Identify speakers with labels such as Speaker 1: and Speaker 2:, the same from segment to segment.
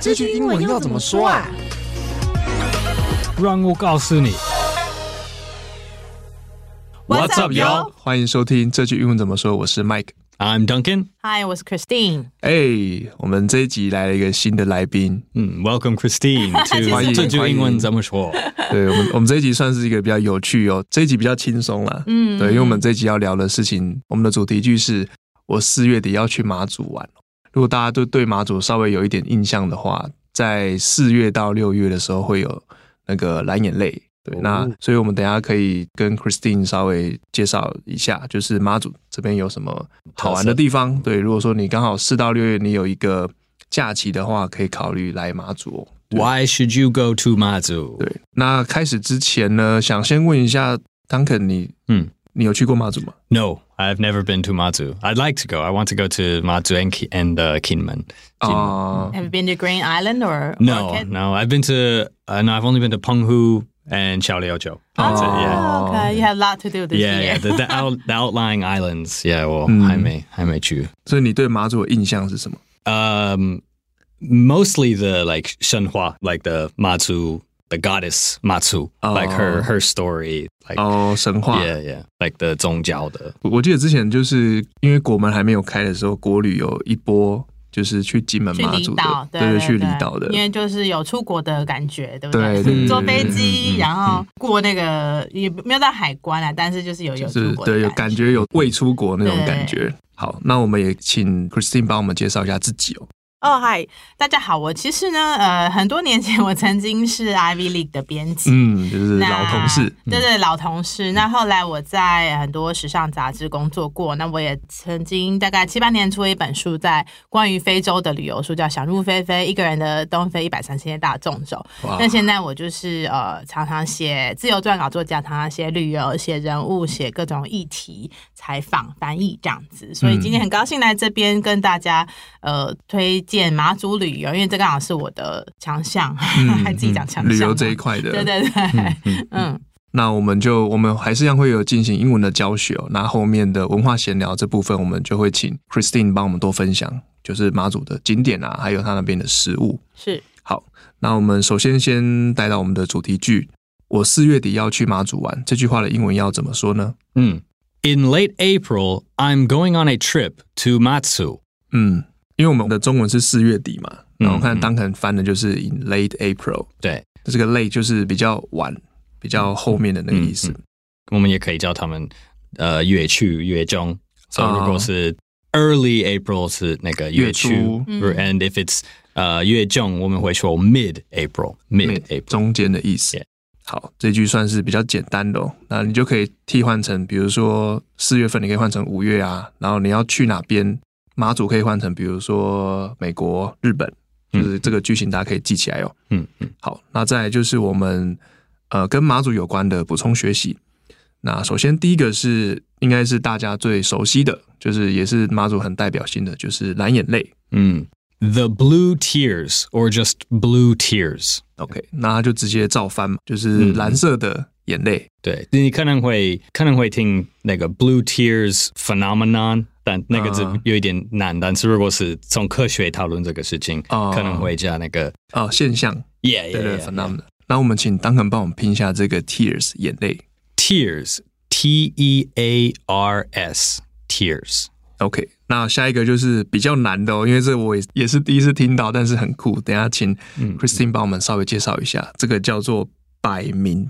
Speaker 1: 这句英文要怎么说啊？
Speaker 2: 让我告诉你。
Speaker 3: What's up, y'all？
Speaker 4: 欢迎收听这句英文怎么说，我是 Mike。
Speaker 3: I'm Duncan.
Speaker 1: Hi，我是 Christine。
Speaker 4: 哎、我们这一集来了一个新的来宾，
Speaker 3: 嗯，Welcome Hmm, Christine
Speaker 4: 欢迎，
Speaker 3: to 这句
Speaker 4: 欢迎。
Speaker 3: 英文怎么说？
Speaker 4: 对我们我们这一集算是一个比较有趣哦，这一集比较轻松啦。
Speaker 1: 嗯
Speaker 4: 对，因为我们这一集要聊的事情，我们的主题句是我四月底要去马祖玩。哦如果大家都对马祖稍微有一点印象的话，在四月到六月的时候会有那个蓝眼泪。对，
Speaker 3: 哦
Speaker 4: 那所以我们等一下可以跟 Christine 稍微介绍一下，就是马祖这边有什么好玩的地方。对，如果说你刚好四到六月你有一个假期的话，可以考虑来马祖哦。对
Speaker 3: Why should you go to Mazu？
Speaker 4: 对，那开始之前呢，想先问一下 Duncan，你
Speaker 3: 嗯
Speaker 4: 你有去过马祖吗？
Speaker 3: ，No, I've never been to Mazu. I'd like to go. I want to go to Mazu and Ki- and uh, Kinmen. Oh.
Speaker 4: 啊、
Speaker 1: Have you been to Green Island or
Speaker 3: No,
Speaker 1: Orchid?
Speaker 3: no, I've been to. Uh, no, I've only been to Penghu and Xiaoliaozhou. That's it. Yeah,
Speaker 1: Oh, okay. You had a lot to do this
Speaker 3: yeah,
Speaker 1: year.
Speaker 3: yeah. The, the, out, the outlying islands. Yeah, well,
Speaker 4: Mm.
Speaker 3: I may, I may choose.
Speaker 4: 所以你对马祖的印象是什么？
Speaker 3: Um, mostly the like Shenhua, like the Matsu, the goddess Matsu, like her
Speaker 4: Oh.
Speaker 3: her story, like
Speaker 4: 哦，神话。
Speaker 3: 哎 yeah, yeah, like the 宗教的。
Speaker 4: 我我记得之前就是因为国门还没有开的时候，国旅有一波就是去金门、
Speaker 1: 去
Speaker 4: 马
Speaker 1: 离
Speaker 4: 祖
Speaker 1: 岛
Speaker 4: 的，，
Speaker 1: 对
Speaker 4: 对
Speaker 1: 对，
Speaker 4: 去离岛的，
Speaker 1: 因为就是有出国的感觉，对不
Speaker 4: 对对
Speaker 1: 对
Speaker 4: 对
Speaker 1: 坐
Speaker 4: 对嗯
Speaker 1: 飞
Speaker 4: 对
Speaker 1: 机，然后过那个也没有到海关啊，但是就是有有
Speaker 4: 是
Speaker 1: 出国
Speaker 4: 对有
Speaker 1: 的
Speaker 4: 感
Speaker 1: 觉。
Speaker 4: 觉有未出国那种
Speaker 1: 对
Speaker 4: 感觉。好，那我们也请 Christine 帮我们介绍一下自己哦。
Speaker 1: 哦，嗨，大家好，我其实呢，呃，很多年前我曾经是 Ivy League 的编辑，
Speaker 4: 嗯，就是
Speaker 1: 那
Speaker 4: 老同事，嗯
Speaker 1: 对对，老同事。那后来我在很多时尚杂志工作过，那我也曾经大概七八年出了一本书，在关于非洲的旅游书，叫《想入非非：一个人的东非一百三十天大纵走》。
Speaker 4: 哇
Speaker 1: 那现在我就是呃，常常写自由撰稿作家，常常写旅游、写人物、写各种议题、采访、翻译这样子。所以
Speaker 4: 嗯
Speaker 1: 今天很高兴来这边跟大家呃推荐马祖旅游，因为这刚好是我的强项，还 自己讲强项吗、
Speaker 4: 嗯旅游这一块的，
Speaker 1: 对对对，嗯，
Speaker 4: 那我们就我们还是一样会有进行英文的教学、哦，那后面的文化闲聊这部分，我们就会请 Christine 帮我们多分享，就是马祖的景点啊，还有他那边的食物。
Speaker 1: 是
Speaker 4: 好，那我们首先先带到我们的主题句。我四月底要去马祖玩，这句话的英文要怎么说呢？
Speaker 3: Mm. In late April, I'm going on a trip to Matsu.
Speaker 4: 嗯，因为我们的中文是四月底嘛，然后我看
Speaker 3: 嗯嗯
Speaker 4: 当肯翻的就是 in late April，这个 late 就是比较晚、比较后面的那个意思。
Speaker 3: 对，我们也可以叫他们呃月去月中。So
Speaker 4: 哦。
Speaker 3: 如果是 early April Uh-huh. 是那个月初，
Speaker 1: 月初。嗯。
Speaker 3: and if it's 呃月中，我们会说 mid April, mid April.
Speaker 4: 中间的意思
Speaker 3: Yeah。
Speaker 4: 好，这句算是比较简单的哦。那你就可以替换成，比如说四月份，你可以换成五月啊。然后你要去哪边，马祖可以换成，比如说美国、日本，
Speaker 3: 嗯
Speaker 4: 就是这个句型大家可以记起来哦。
Speaker 3: 嗯嗯。
Speaker 4: 好，那再来就是我们呃跟马祖有关的补充学习。那首先第一个是应该是大家最熟悉的，就是也是马祖很代表性的，就是蓝眼泪。
Speaker 3: Mm. The blue tears, or just blue tears.
Speaker 4: OK，那它就直接照翻嘛，就是
Speaker 3: 嗯
Speaker 4: 蓝色的眼泪。
Speaker 3: 对，你可能会可能会听那个 blue tears phenomenon，但那个字有一点难。但是如果是从科学讨论这个事情，
Speaker 4: 哦。
Speaker 3: 可能会加那个
Speaker 4: 哦，现象，
Speaker 3: yeah yeah
Speaker 4: 对
Speaker 3: yeah,
Speaker 4: 对
Speaker 3: yeah.
Speaker 4: ，phenomenon。那我们请 Duncan 帮我们拼一下这个 tears 眼泪。
Speaker 3: tears t e a r s tears
Speaker 4: OK，那下一个就是比较难的哦，因为这我也也是第一次听到，但是很酷。等一下请
Speaker 3: 嗯
Speaker 4: Christine 帮我们稍微介绍一下，这个叫做摆明，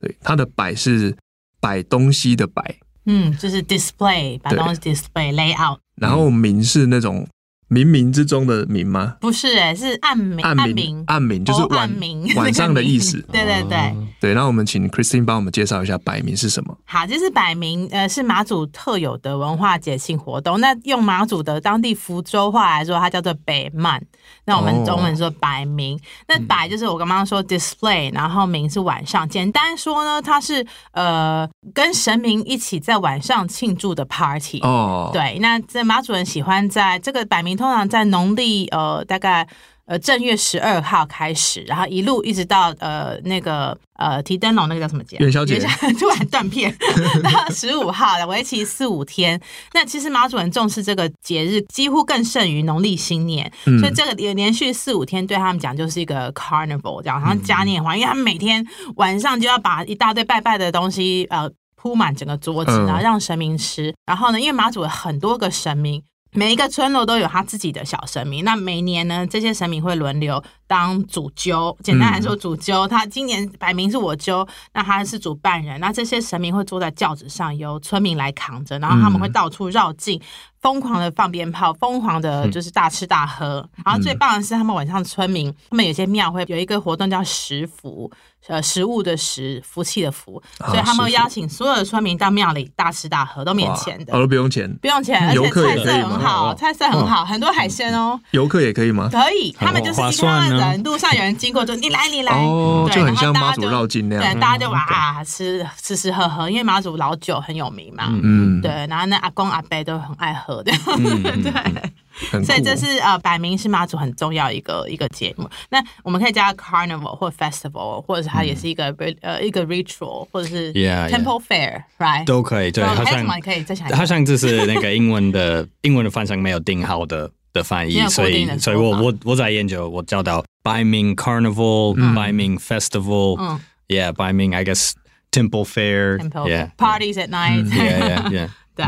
Speaker 4: 对，它的摆是摆东西的摆，
Speaker 1: 嗯，就是 display 把
Speaker 4: 对
Speaker 1: 东西 display layout，
Speaker 4: 然后明是那种冥冥之中的冥吗？
Speaker 1: 不是哎、是暗明
Speaker 4: 暗
Speaker 1: 明
Speaker 4: 冥，暗冥就是
Speaker 1: 哦暗
Speaker 4: 晚
Speaker 1: 明
Speaker 4: 晚上的意思。 哦
Speaker 1: 对对对。
Speaker 4: 对，那我们请 Christine 帮我们介绍一下摆明是什么。
Speaker 1: 好，这是摆明呃是马祖特有的文化节庆活动。那用马祖的当地福州话来说，它叫做北曼。那我们
Speaker 4: 哦
Speaker 1: 中文说摆明，那摆就是我刚刚说 display，然后明是晚上。简单说呢，它是呃跟神明一起在晚上庆祝的 party。
Speaker 4: 哦，
Speaker 1: 对，那这马主人喜欢在这个摆明通常在农历呃大概呃正月十二号开始，然后一路一直到呃那个呃提灯笼那个叫什么节啊？
Speaker 4: 元宵节
Speaker 1: 宵突然断片，到十五号了，为期四五天。那其实马主很重视这个节日，几乎更胜于农历新年，所以这个也连续四五天对他们讲就是一个 carnival，这样好像嘉年华，因为他们每天晚上就要把一大堆拜拜的东西呃铺满整个桌子，
Speaker 4: 嗯
Speaker 1: 然后让神明吃。然后呢，因为马祖有很多个神明，每一个村落都有他自己的小神明。那每年呢，这些神明会轮流当主揪。简单来说，主揪他今年摆明是我揪，那他是主办人。那这些神明会坐在轿子上，由村民来扛着，然后他们会到处绕境。疯狂的放鞭炮，疯狂的就是大吃大喝。然后最棒的是，他们晚上村民，他们有些庙会有一个活动叫食福，呃，食物的食，福气的福，
Speaker 4: 啊
Speaker 1: 所以他们会
Speaker 4: 食福
Speaker 1: 邀请所有的村民到庙里大吃大喝，都免钱
Speaker 4: 哇哦
Speaker 1: 的。
Speaker 4: 都不用钱，
Speaker 1: 不用钱，而
Speaker 4: 游
Speaker 1: 且
Speaker 4: 客
Speaker 1: 菜
Speaker 4: 也可以嗯
Speaker 1: 色
Speaker 4: 吗
Speaker 1: 很好，
Speaker 3: 哦
Speaker 1: 菜色很好，很多海鲜哦，
Speaker 4: 游客也可以吗？
Speaker 1: 可以。他们就是
Speaker 3: 划
Speaker 1: 一看到
Speaker 3: 算啊
Speaker 1: 人，路上有人经过就你来你来，
Speaker 4: 哦，
Speaker 1: 对
Speaker 4: 就很
Speaker 1: 然后
Speaker 4: 像
Speaker 1: 大家
Speaker 4: 妈祖
Speaker 1: 就
Speaker 4: 绕境那
Speaker 1: 对，
Speaker 4: 样。嗯
Speaker 1: 大家就哇、啊、吃吃吃喝喝，因为马祖老酒很有名嘛，
Speaker 4: 嗯，
Speaker 1: 对，然后那阿公阿伯都很爱喝的， 对。
Speaker 4: 很酷
Speaker 3: 嗯
Speaker 1: 所以这是呃，摆明是妈祖很重要一个一个节目。那我们可以加 carnival 或 festival，或者是它
Speaker 3: 嗯
Speaker 1: 也是一个、呃一个 ritual，或者是
Speaker 3: Yeah, yeah.
Speaker 1: temple fair，right？
Speaker 3: 都可以，对，
Speaker 1: 然后
Speaker 3: 它
Speaker 1: 还有什
Speaker 3: 像
Speaker 1: 么可以再想一下？
Speaker 3: 它像就是那个英文的英文的翻唱没有定好的 的翻
Speaker 1: 没有
Speaker 3: 译，
Speaker 1: 固
Speaker 3: 所
Speaker 1: 定
Speaker 3: 以
Speaker 1: 的说
Speaker 3: 所以我
Speaker 1: 法
Speaker 3: 我我在研究，我叫到 By Ming Carnival、By Ming Festival、
Speaker 1: 嗯
Speaker 3: Yeah By Ming I guess Temple Fair
Speaker 1: temple
Speaker 3: Yeah 嗯
Speaker 1: parties at night，、
Speaker 3: Yeah Yeah Yeah
Speaker 1: 对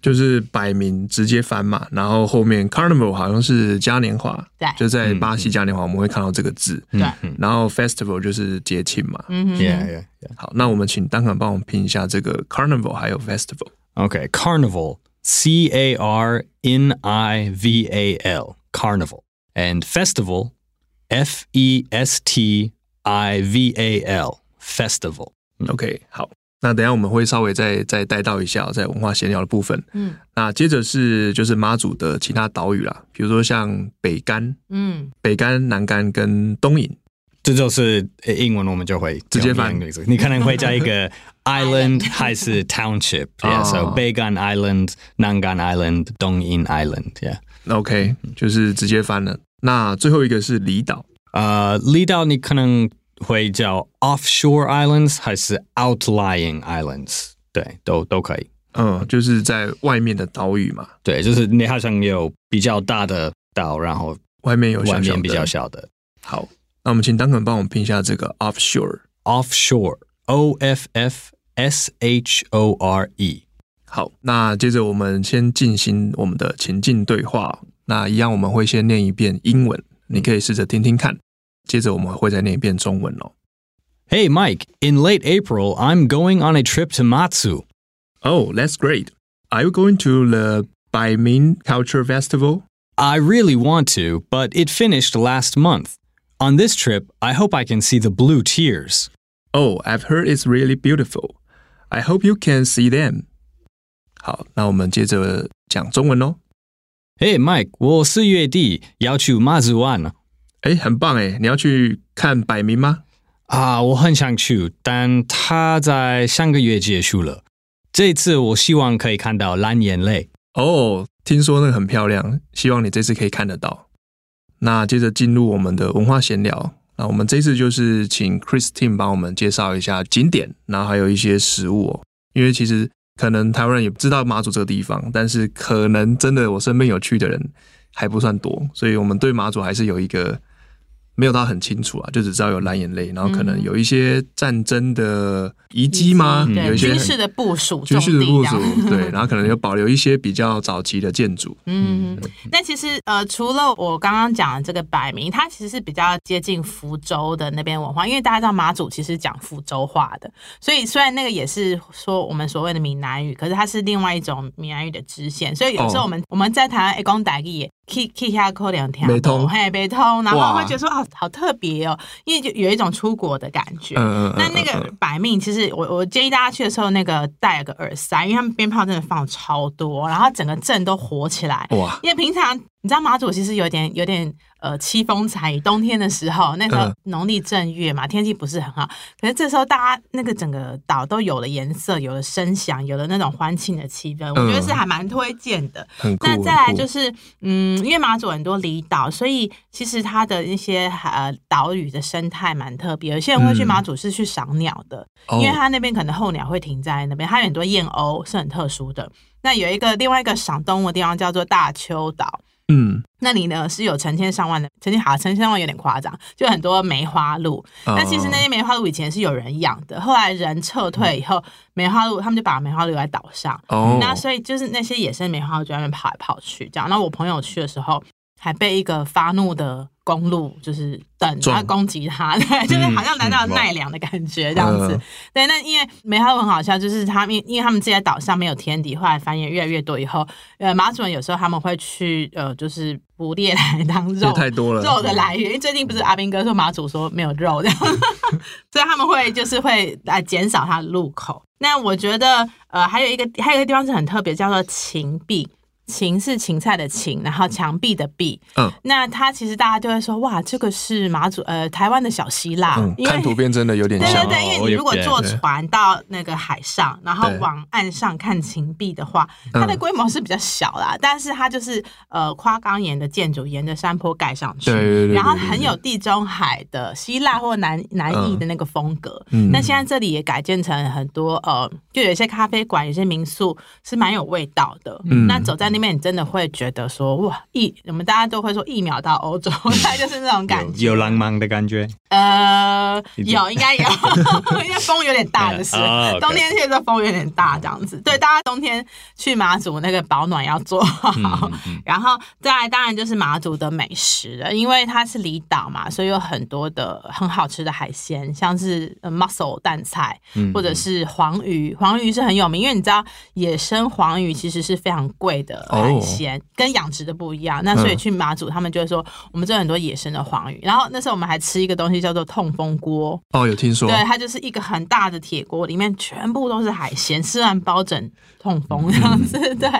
Speaker 4: 就是摆明直接翻嘛，然后后面 Carnival 好像是嘉年华，
Speaker 1: 对
Speaker 4: 就在巴西嘉年华我们会看到这个字，
Speaker 1: 对，
Speaker 4: 然后 Festival 就是节庆嘛。
Speaker 1: 嗯哼
Speaker 3: Yeah Yeah
Speaker 4: 好，那我们请丹肯帮我们拼一下这个 Carnival 还有 Festival。
Speaker 3: Okay, carnival. C A R N I V A L. Carnival. And festival. F E S T I V A L. Festival.
Speaker 4: OK，好，那等一下我们会稍微再再带到一下哦在文化闲聊的部分。
Speaker 1: 嗯，
Speaker 4: 那接着是就是妈祖的其他岛屿啦，比如说像北干、
Speaker 1: 嗯，
Speaker 4: 北干、南干跟东引。
Speaker 3: 这就是呃英文我们就会
Speaker 4: 直接翻
Speaker 3: 用英文你可能会加一个 island 还是 township。Yeah, so
Speaker 4: 哦
Speaker 3: Beigan Island, Nangan Island, Dongyin Island. Yeah.
Speaker 4: OK，就是直接翻了。那最后一个是离岛，
Speaker 3: 呃，离岛你可能会叫 offshore islands 还是 outlying islands？对，都都可以。
Speaker 4: 嗯，就是在外面的岛屿嘛，
Speaker 3: 对，就是你好像有比较大的岛，然后
Speaker 4: 外面有
Speaker 3: 外
Speaker 4: 小小
Speaker 3: 面
Speaker 4: 的
Speaker 3: 比较小的
Speaker 4: 好，那我们请丹肯帮我们拼一下这个 offshore。
Speaker 3: offshore O F F S H O R E。
Speaker 4: 好，那接着我们先进行我们的情境对话哦、那一样，我们会先念一遍英文，你可以试着听听看。接着我们会再念一遍中文哦。
Speaker 3: Hey Mike, in late April, I'm going on a trip to Matsu.
Speaker 4: Oh, that's great. Are you going to the Baimin Culture Festival?
Speaker 3: I really want to, but it finished last month. On this trip, I hope I can see the blue tears.
Speaker 4: Oh, I've heard it's really beautiful. I hope you can see them. 好，那我们接着讲中文哦。
Speaker 3: Hey Mike, 我四月底要去马祖玩。
Speaker 4: 哎，很棒哎，你要去看百名吗？
Speaker 3: 啊，我很想去，但它在上个月结束了。这次我希望可以看到蓝眼泪。
Speaker 4: 哦，听说那个很漂亮，希望你这次可以看得到。那接着进入我们的文化闲聊，那我们这次就是请 Christine 帮我们介绍一下景点，然后还有一些食物哦。因为其实可能台湾人也知道马祖这个地方，但是可能真的我身边有去的人还不算多，所以我们对马祖还是有一个没有到很清楚啊，就只知道有蓝眼泪，然后可
Speaker 1: 嗯
Speaker 4: 能有一些战争的遗迹吗？
Speaker 3: 嗯
Speaker 1: 对
Speaker 4: 有一些
Speaker 1: 军事的部署，
Speaker 4: 军事的部署
Speaker 1: 重地这样，
Speaker 4: 对，然后可能有保留一些比较早期的建筑，
Speaker 1: 嗯，那其实呃，除了我刚刚讲的这个摆明，它其实是比较接近福州的那边文化，因为大家知道马祖其实讲福州话的，所以虽然那个也是说我们所谓的闽南语，可是它是另外一种闽南语的支线，所以有时
Speaker 4: 哦
Speaker 1: 候我们、我们在台湾哎讲台语也 k k 下扣两条，
Speaker 4: 没通
Speaker 1: 嘿没通，然
Speaker 4: 哇
Speaker 1: 后会觉得说啊好特别哦，因为就有一种出国的感觉，
Speaker 4: 嗯嗯嗯
Speaker 1: 那那
Speaker 4: 嗯
Speaker 1: 个百命，其实我我建议大家去的时候，那个带个耳塞，因为他们鞭炮真的放超多，然后整个镇都火起来。
Speaker 4: 嗯哇，
Speaker 1: 因为平常你知道马祖其实有点有点呃凄风惨雨，冬天的时候，那时候
Speaker 4: 嗯
Speaker 1: 农历正月嘛，天气不是很好。可是这时候大家那个整个岛都有了颜色，有了声响，有了那种欢庆的气氛，我
Speaker 4: 嗯
Speaker 1: 觉得是还蛮推荐的。
Speaker 4: 很酷。
Speaker 1: 那再来就是是，嗯，因为马祖很多离岛，所以其实它的一些呃岛屿的生态蛮特别。有些人会去
Speaker 4: 嗯
Speaker 1: 马祖是去赏鸟的，
Speaker 4: 哦
Speaker 1: 因为它那边可能候鸟会停在那边，它有很多燕鸥是很特殊的。那有一个另外一个赏动物的地方叫做大丘岛，
Speaker 4: 嗯，
Speaker 1: 那里呢是有成千上万的，成千好成千上万有点夸张，就很多梅花鹿。
Speaker 4: 那
Speaker 1: 但其实那些梅花鹿以前是有人养的，后来人撤退以后，梅花鹿他们就把梅花鹿留在岛上。
Speaker 4: 哦，
Speaker 1: 那所以就是那些野生梅花鹿就在那边跑来跑去这样。那我朋友去的时候，还被一个发怒的公鹿就是等
Speaker 4: 撞
Speaker 1: 他攻击他， 对，就是好像来到奈良的感觉这样子。
Speaker 4: 嗯
Speaker 1: 对，那因为梅花鹿很好笑，就是他们因为他们自己在岛上没有天敌，后来繁衍越来越多以后，呃，马主人有时候他们会去呃，就是捕猎来当
Speaker 4: 这
Speaker 1: 肉。
Speaker 4: 太多了，嗯
Speaker 1: 肉的来源，因为最近不是阿斌哥说马祖说没有肉 这样，所以他们会就是会来减少它的入口。那我觉得呃还有一个还有一个地方是很特别，叫做芹壁。芹是芹菜的芹，然后墙壁的壁。
Speaker 4: 嗯，
Speaker 1: 那它其实大家就会说，哇，这个是马祖呃台湾的小希腊，
Speaker 4: 嗯，
Speaker 1: 因为
Speaker 4: 看图片真的有点
Speaker 1: 对对
Speaker 4: 像，
Speaker 1: 对，因
Speaker 3: 哦
Speaker 1: 为你如果
Speaker 3: 也
Speaker 1: 坐
Speaker 4: 对
Speaker 1: 船到那个海上，然后
Speaker 4: 对
Speaker 1: 往岸上看秦壁的话，它的
Speaker 4: 嗯
Speaker 1: 规模是比较小啦，但是它就是呃花岗岩的建筑，沿着山坡盖上去，
Speaker 4: 对对对对
Speaker 1: 然后
Speaker 4: 对对
Speaker 1: 很有地中海的希腊或南南翼的那个风格。
Speaker 4: 嗯
Speaker 1: 那现在这里也改建成很多呃，就有一些咖啡馆，有些民宿是蛮有味道的。
Speaker 4: 嗯
Speaker 1: 那走在那边，你真的会觉得说哇，一我们大家都会说一秒到欧 洲，它就是那种感觉。
Speaker 3: 有浪漫的感觉。
Speaker 1: 呃，
Speaker 3: 已经
Speaker 1: 有应该有，因为风有点大，就是、
Speaker 3: 啊，OK
Speaker 1: 冬天去的时候风有点大，这样子。对，大家冬天去马祖那个保暖要做好，然后再来当然就是马祖的美食了，因为它是离岛嘛，所以有很多的很好吃的海鲜，像是呃 mussel 蛋菜，或者是黄鱼，黄鱼是很有名，因为你知道野生黄鱼其实是非常贵的海鲜，跟养殖的不一样。那所以去马祖，他们就会说我们这有很多野生的黄鱼。然后那时候我们还吃一个东西叫做痛风锅，
Speaker 4: 哦，有听说
Speaker 1: 对，它就是一个很大的铁锅，里面全部都是海鲜，吃完包拯痛风这样子。
Speaker 4: 嗯
Speaker 1: 对，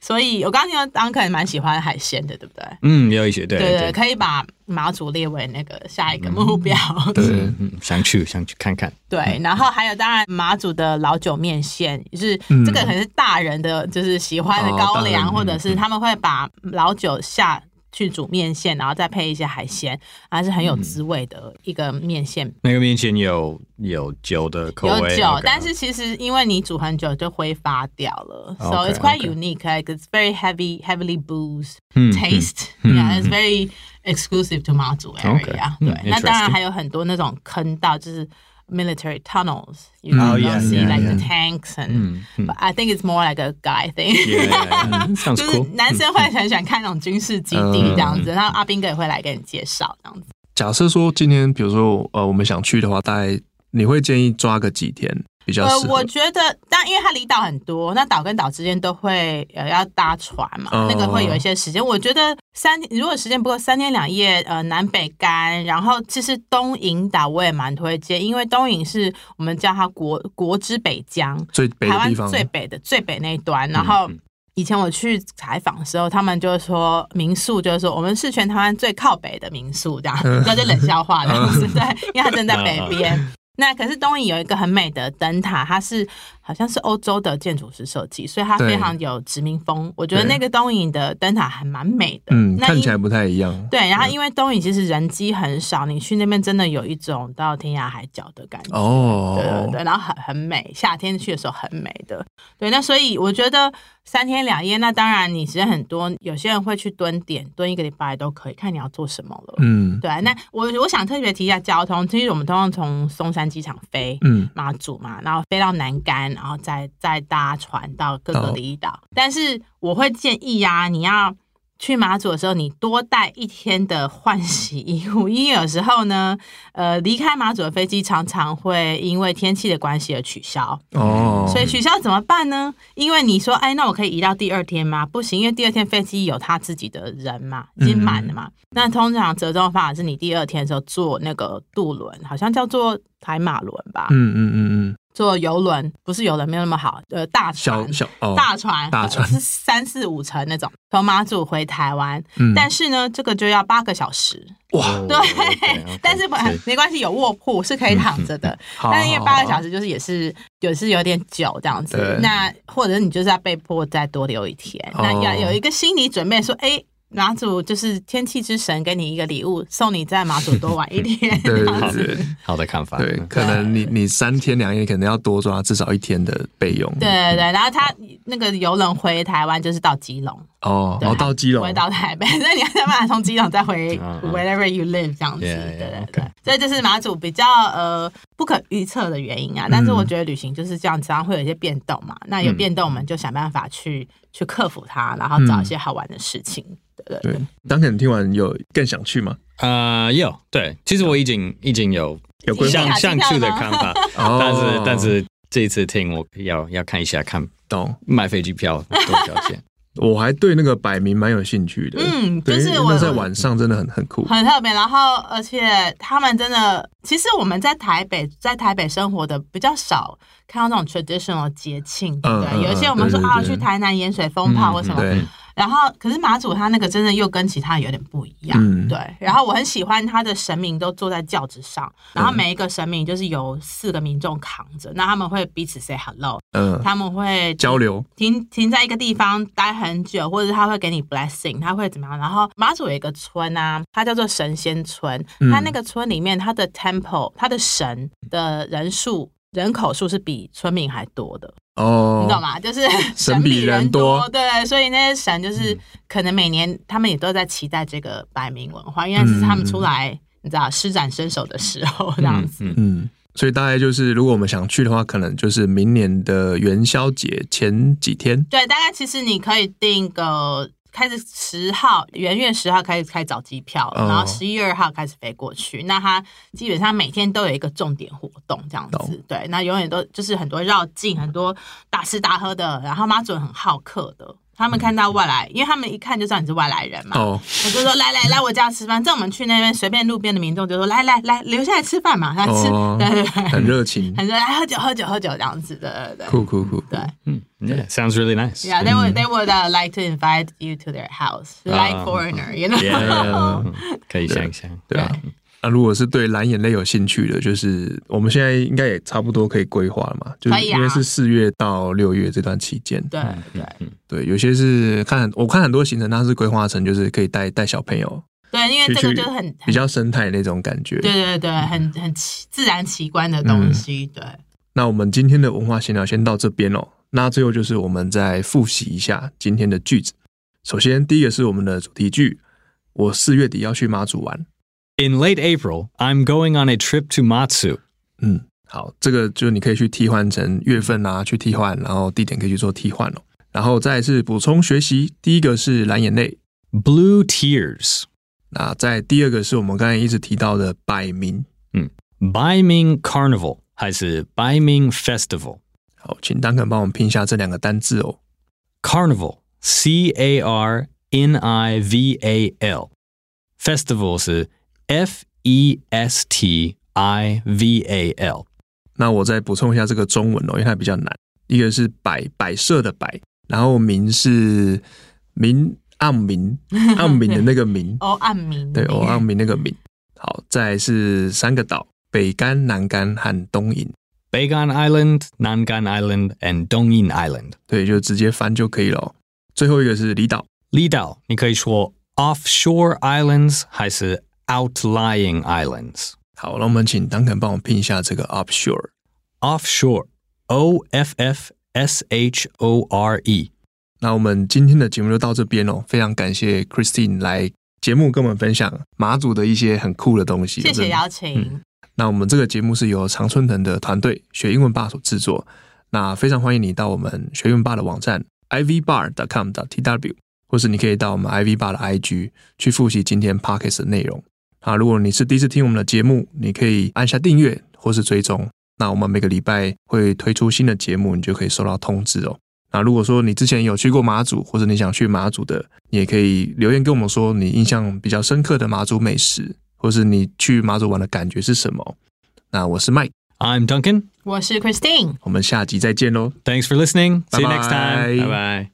Speaker 1: 所以我刚刚听到 Uncle 也蛮喜欢海鲜的，对不对？
Speaker 3: Mm, 嗯，有一些，对，
Speaker 1: 对
Speaker 3: 对。
Speaker 1: 对，可以把马祖列为那个下一个目标。
Speaker 4: 嗯对，
Speaker 3: Mm, 嗯，想去，想去看看。
Speaker 1: 对，然后还有当然马祖的老酒面线，就是这个可能是大人的就是喜欢的高粱，
Speaker 4: 嗯哦
Speaker 1: 或者是他们会把老酒下去煮面线，然后再配一些海鲜，还是
Speaker 4: 嗯
Speaker 1: 很有滋味的一个面线。
Speaker 3: 那个面前有-有酒的口味，
Speaker 1: 有酒
Speaker 3: OK。
Speaker 1: 但是其实因为你煮很久就挥发掉了
Speaker 3: OK，
Speaker 1: so it's quite
Speaker 3: OK
Speaker 1: unique. Like it's very heavy, heavily booze
Speaker 3: 嗯
Speaker 1: taste. yeah, it's very exclusive to 马祖 area.
Speaker 3: 嗯
Speaker 1: 对，那当然
Speaker 3: interesting
Speaker 1: 还有很多那种坑道，就是 military tunnels. You
Speaker 3: Oh,
Speaker 1: know,
Speaker 3: yeah,
Speaker 1: you'll see
Speaker 3: yeah,
Speaker 1: like the
Speaker 3: yeah.
Speaker 1: tanks and.
Speaker 3: 嗯，嗯。
Speaker 1: But I think it's more like a guy thing.
Speaker 3: Yeah, yeah,
Speaker 1: 就
Speaker 3: yeah. Mm, Sounds
Speaker 1: 是
Speaker 3: cool. 嗯
Speaker 1: 男生会很喜欢看那种军事基地这样子，然后阿斌哥也会来给你介绍这样子。
Speaker 4: 假设说今天，比如说呃，我们想去的话，大概你会建议抓个几天比较
Speaker 1: 呃，
Speaker 4: 适合
Speaker 1: 我？觉得，但因为它离岛很多，那岛跟岛之间都会呃要搭船嘛，
Speaker 4: 哦
Speaker 1: 那个会有一些时间。我觉得三天，如果时间不够，三天两夜，呃，南北干，然后其实东引岛我也蛮推荐，因为东引是我们叫它国国之北疆，
Speaker 4: 最北
Speaker 1: 台
Speaker 4: 的地
Speaker 1: 湾
Speaker 4: 方，嗯
Speaker 1: 最北的最北那一端，然后。以前我去采访的时候，他们就说民宿就是说我们是全台湾最靠北的民宿，这样，
Speaker 4: 嗯
Speaker 1: 那就冷笑话这样子，对，因为它真的在北边。那可是东引有一个很美的灯塔，它是好像是欧洲的建筑师设计，所以它
Speaker 4: 对
Speaker 1: 非常有殖民风。我觉得
Speaker 4: 对
Speaker 1: 那个东引的灯塔还蛮美的，
Speaker 4: 嗯，
Speaker 1: 那
Speaker 4: 看
Speaker 1: 因
Speaker 4: 起来不嗯太一样。
Speaker 1: 对。然后因为东引其实人迹很少，你去那边真的有一种到天涯海角的感觉。
Speaker 4: 哦，
Speaker 1: 对对对，然后很很美，夏天去的时候很美的。对，那所以我觉得三天两夜，那当然你时间很多，有些人会去蹲点，蹲一个礼拜都可以，看你要做什么了。
Speaker 4: 嗯
Speaker 1: 对，啊那我我想特别提一下交通，其实我们通常从松山机场飞。
Speaker 4: 嗯，
Speaker 1: 马祖嘛，然后飞到南竿，然后再再搭船到各个
Speaker 4: 到
Speaker 1: 离岛。但是我会建议啊，你要去马祖的时候，你多带一天的换洗衣物，因为有时候呢， 呃，离开马祖的飞机常常会因为天气的关系而取消。
Speaker 4: 哦，
Speaker 1: 所以取消怎么办呢？因为你说，哎，那我可以移到第二天吗？不行，因为第二天飞机有他自己的人嘛，已经满了嘛。那通常折中的方法是你第二天的时候坐那个渡轮，好像叫做台马轮吧，
Speaker 4: 嗯嗯嗯嗯，
Speaker 1: 坐游轮，不是游轮没有那么好，呃，大
Speaker 4: 小
Speaker 1: 船。
Speaker 4: 小哦，
Speaker 1: 大船，呃
Speaker 4: 大船
Speaker 1: 是三四五层那种，从马祖回台湾，
Speaker 4: 嗯哦
Speaker 1: 但是呢，这个就要八个小时，
Speaker 4: 哇，
Speaker 1: 对， 但是不没关系，有卧铺是可以躺着的，
Speaker 4: 嗯好，
Speaker 1: 但是因为八个小
Speaker 4: 时，
Speaker 1: 时就是也是也是有点久这样子
Speaker 4: 对，
Speaker 1: 那或者是你就是要被迫再多留一天，那
Speaker 4: 哦
Speaker 1: 要有一个心理准备，说哎。马祖就是天气之神给你一个礼物，送你在马祖多玩一天。
Speaker 4: 对
Speaker 1: 这样
Speaker 4: 对
Speaker 1: 子
Speaker 4: 对对
Speaker 3: 好的看法。
Speaker 4: 对，可能你你三天两夜，可能要多抓至少一天的备用。
Speaker 1: 对对对，然后他那个游轮回台湾就是到基隆，
Speaker 4: 哦，
Speaker 1: 对
Speaker 4: 然后到基
Speaker 1: 不
Speaker 4: 隆啊
Speaker 1: 会，到台北，所以你要想办法从基隆再回
Speaker 3: 嗯嗯
Speaker 1: wherever you live 这样子。
Speaker 3: Yeah,
Speaker 1: 对
Speaker 3: yeah,
Speaker 1: 对
Speaker 3: okay.
Speaker 1: 对，所以这是马祖比较呃不可预测的原
Speaker 4: 嗯
Speaker 1: 因啊。但是我觉得旅行就是这样子，然后会有一些变动嘛。那有变动，我们就想办法去
Speaker 4: 嗯
Speaker 1: 去克服它，然后找一些好玩的事情。对对
Speaker 4: 对，当肯听完有更想去吗？
Speaker 3: 呃，有对，其实我已经已经有
Speaker 4: 有规划
Speaker 1: 已经有
Speaker 3: 上上去的
Speaker 1: 已经有了吗？
Speaker 3: 看法，
Speaker 4: 哦。
Speaker 3: 但是但是这一次听我要要看一下看
Speaker 4: 懂，
Speaker 3: 买飞机票多少钱。
Speaker 4: 我还对那个摆明蛮有兴趣的。
Speaker 1: 嗯
Speaker 4: 对
Speaker 1: 就是
Speaker 4: 因为
Speaker 1: 我
Speaker 4: 那在晚上真的很很酷。
Speaker 1: 很特别，然后而且他们真的，其实我们在台北，在台北生活的比较少看到那种 traditional 节庆，对不对？
Speaker 4: 嗯嗯
Speaker 1: 有一些我们
Speaker 4: 嗯
Speaker 1: 说
Speaker 4: 对对
Speaker 1: 啊，
Speaker 4: 对嗯
Speaker 1: 去台南盐水风炮或什么，
Speaker 4: 对，
Speaker 1: 然后，可是马祖他那个真的又跟其他有点不一样，
Speaker 4: 嗯
Speaker 1: 对。然后我很喜欢他的神明都坐在轿子上，
Speaker 4: 嗯
Speaker 1: 然后每一个神明就是有四个民众扛着，那他们会彼此 say hello，
Speaker 4: 嗯，
Speaker 1: 他们会
Speaker 4: 交流
Speaker 1: 停停在一个地方待很久，或者他会给你 blessing，他会怎么样？然后马祖有一个村啊，它叫做神仙村，
Speaker 4: 嗯
Speaker 1: 它那个村里面它的 temple，它的神的人数。人口数是比村民还多的，
Speaker 4: 哦，
Speaker 1: 你懂吗？ 就是
Speaker 4: 神比
Speaker 1: 比人
Speaker 4: 人多嗯
Speaker 1: 对，所以那些神就是可能每年他们也都在期待这个百名文化，因为是他们出来，你知道施展身手的时候这样子。
Speaker 4: 嗯，所以大概就是，如果我们想去的话，可能就是明年的元宵节前几天。
Speaker 1: 对，大概其实你可以定个开始十号，元月十号开始开始找机票，
Speaker 4: 哦
Speaker 1: 然后十一二号开始飞过去。那它基本上每天都有一个重点活动这样子
Speaker 4: 懂，
Speaker 1: 对，那永远都就是很多绕境，很多大吃大喝的，然后妈祖很好客的。他
Speaker 4: 嗯
Speaker 1: 们看到外来，因为他们一看就知道你是外来人嘛，
Speaker 4: 哦，
Speaker 1: 我就说来来来我家吃饭。这我们去那边随便路边的民众就说来来来留下来吃饭嘛，来吃，
Speaker 4: 哦
Speaker 1: 对对对，
Speaker 4: 很热情，
Speaker 1: 很热，来喝酒喝酒喝酒这样子，对对对。
Speaker 4: 酷酷酷。
Speaker 1: 对
Speaker 3: Yeah, sounds really nice.
Speaker 1: Yeah, they would they would uh, like to invite you to their house, like
Speaker 3: Ah.
Speaker 1: foreigner, you know.
Speaker 3: Yeah, 可以想象。
Speaker 4: 对啊。
Speaker 1: 哎
Speaker 4: 那、如果是对蓝眼泪有兴趣的，就是我们现在应该也差不多可以规划了嘛，就
Speaker 1: 可
Speaker 4: 是
Speaker 1: 以啊
Speaker 4: 因为是四月到六月这段期间，
Speaker 1: 对对
Speaker 4: 对，有些是看我看很多行程，它是规划成就是可以带带小朋友，
Speaker 1: 对，因为这个就是很
Speaker 4: 比
Speaker 1: 很
Speaker 4: 较生态那种感觉。
Speaker 1: 对对对，很很奇自然奇观的东
Speaker 4: 嗯
Speaker 1: 西，对。
Speaker 4: 那我们今天的文化闲聊先到这边哦。那最后就是我们再复习一下今天的句子。首先，第一个是我们的主题句，我四月底要去马祖玩。
Speaker 3: In late April, I'm going on a trip to Matsu.
Speaker 4: 嗯，好，这个就是你可以去替换成月份啊，去替换，然后地点可以去做替换哦。然后再来是补充学习，第一个是蓝眼泪，
Speaker 3: Blue Tears.
Speaker 4: 那在第二个是我们刚才一直提到的摆明。
Speaker 3: Baiming Carnival 还是 Baiming Festival?
Speaker 4: 好，请丹肯帮我们拼一下这两个单字哦。
Speaker 3: Carnival, C A R N I V A L. Festival 是 F E S T I V A L.
Speaker 4: 那我再补充一下这个中文哦，因为它比较难。一个是摆摆设的摆，然后明是明暗明暗明的那个明，
Speaker 1: 哦，暗明
Speaker 4: 对，哦暗明那个明。好，再来是三个岛：北干、南干和东引。
Speaker 3: Beigan Island, Nangan Island, and Dongyin Island.
Speaker 4: 对，就直接翻就可以了哦。最后一个是离岛，
Speaker 3: 离岛你可以说 offshore islands 还是 outlying islands.
Speaker 4: 好，那我们请丹肯帮我拼一下这个 offshore。
Speaker 3: Offshore, O F F S H O R E.
Speaker 4: 那我们今天的节目就到这边哦，非常感谢 Christine 来节目跟我们分享马祖的一些很酷的东西。
Speaker 1: 谢
Speaker 4: 真
Speaker 1: 谢
Speaker 4: 的嗯
Speaker 1: 邀请，
Speaker 4: 那我们这个节目是由常春藤的团队学英文吧所制作。那非常欢迎你到我们学英文吧的网站 ivbar.com.tw，或是你可以到我们 ivbar 的 IG 去复习今天 podcast 的内容。啊，如果你是第一次听我们的节目，你可以按下订阅或是追踪。那我们每个礼拜会推出新的节目，你就可以收到通知哦。那如果说你之前有去过马祖，或者你想去马祖的，你也可以留言跟我们说你印象比较深刻的马祖美食，或是你去马祖玩的感觉是什么。那我是 Mike，
Speaker 3: I'm Duncan.
Speaker 1: 我是 Christine。
Speaker 4: 我们下集再见喽。
Speaker 3: Thanks for listening. See you next time.
Speaker 4: Bye-bye.
Speaker 3: Bye bye.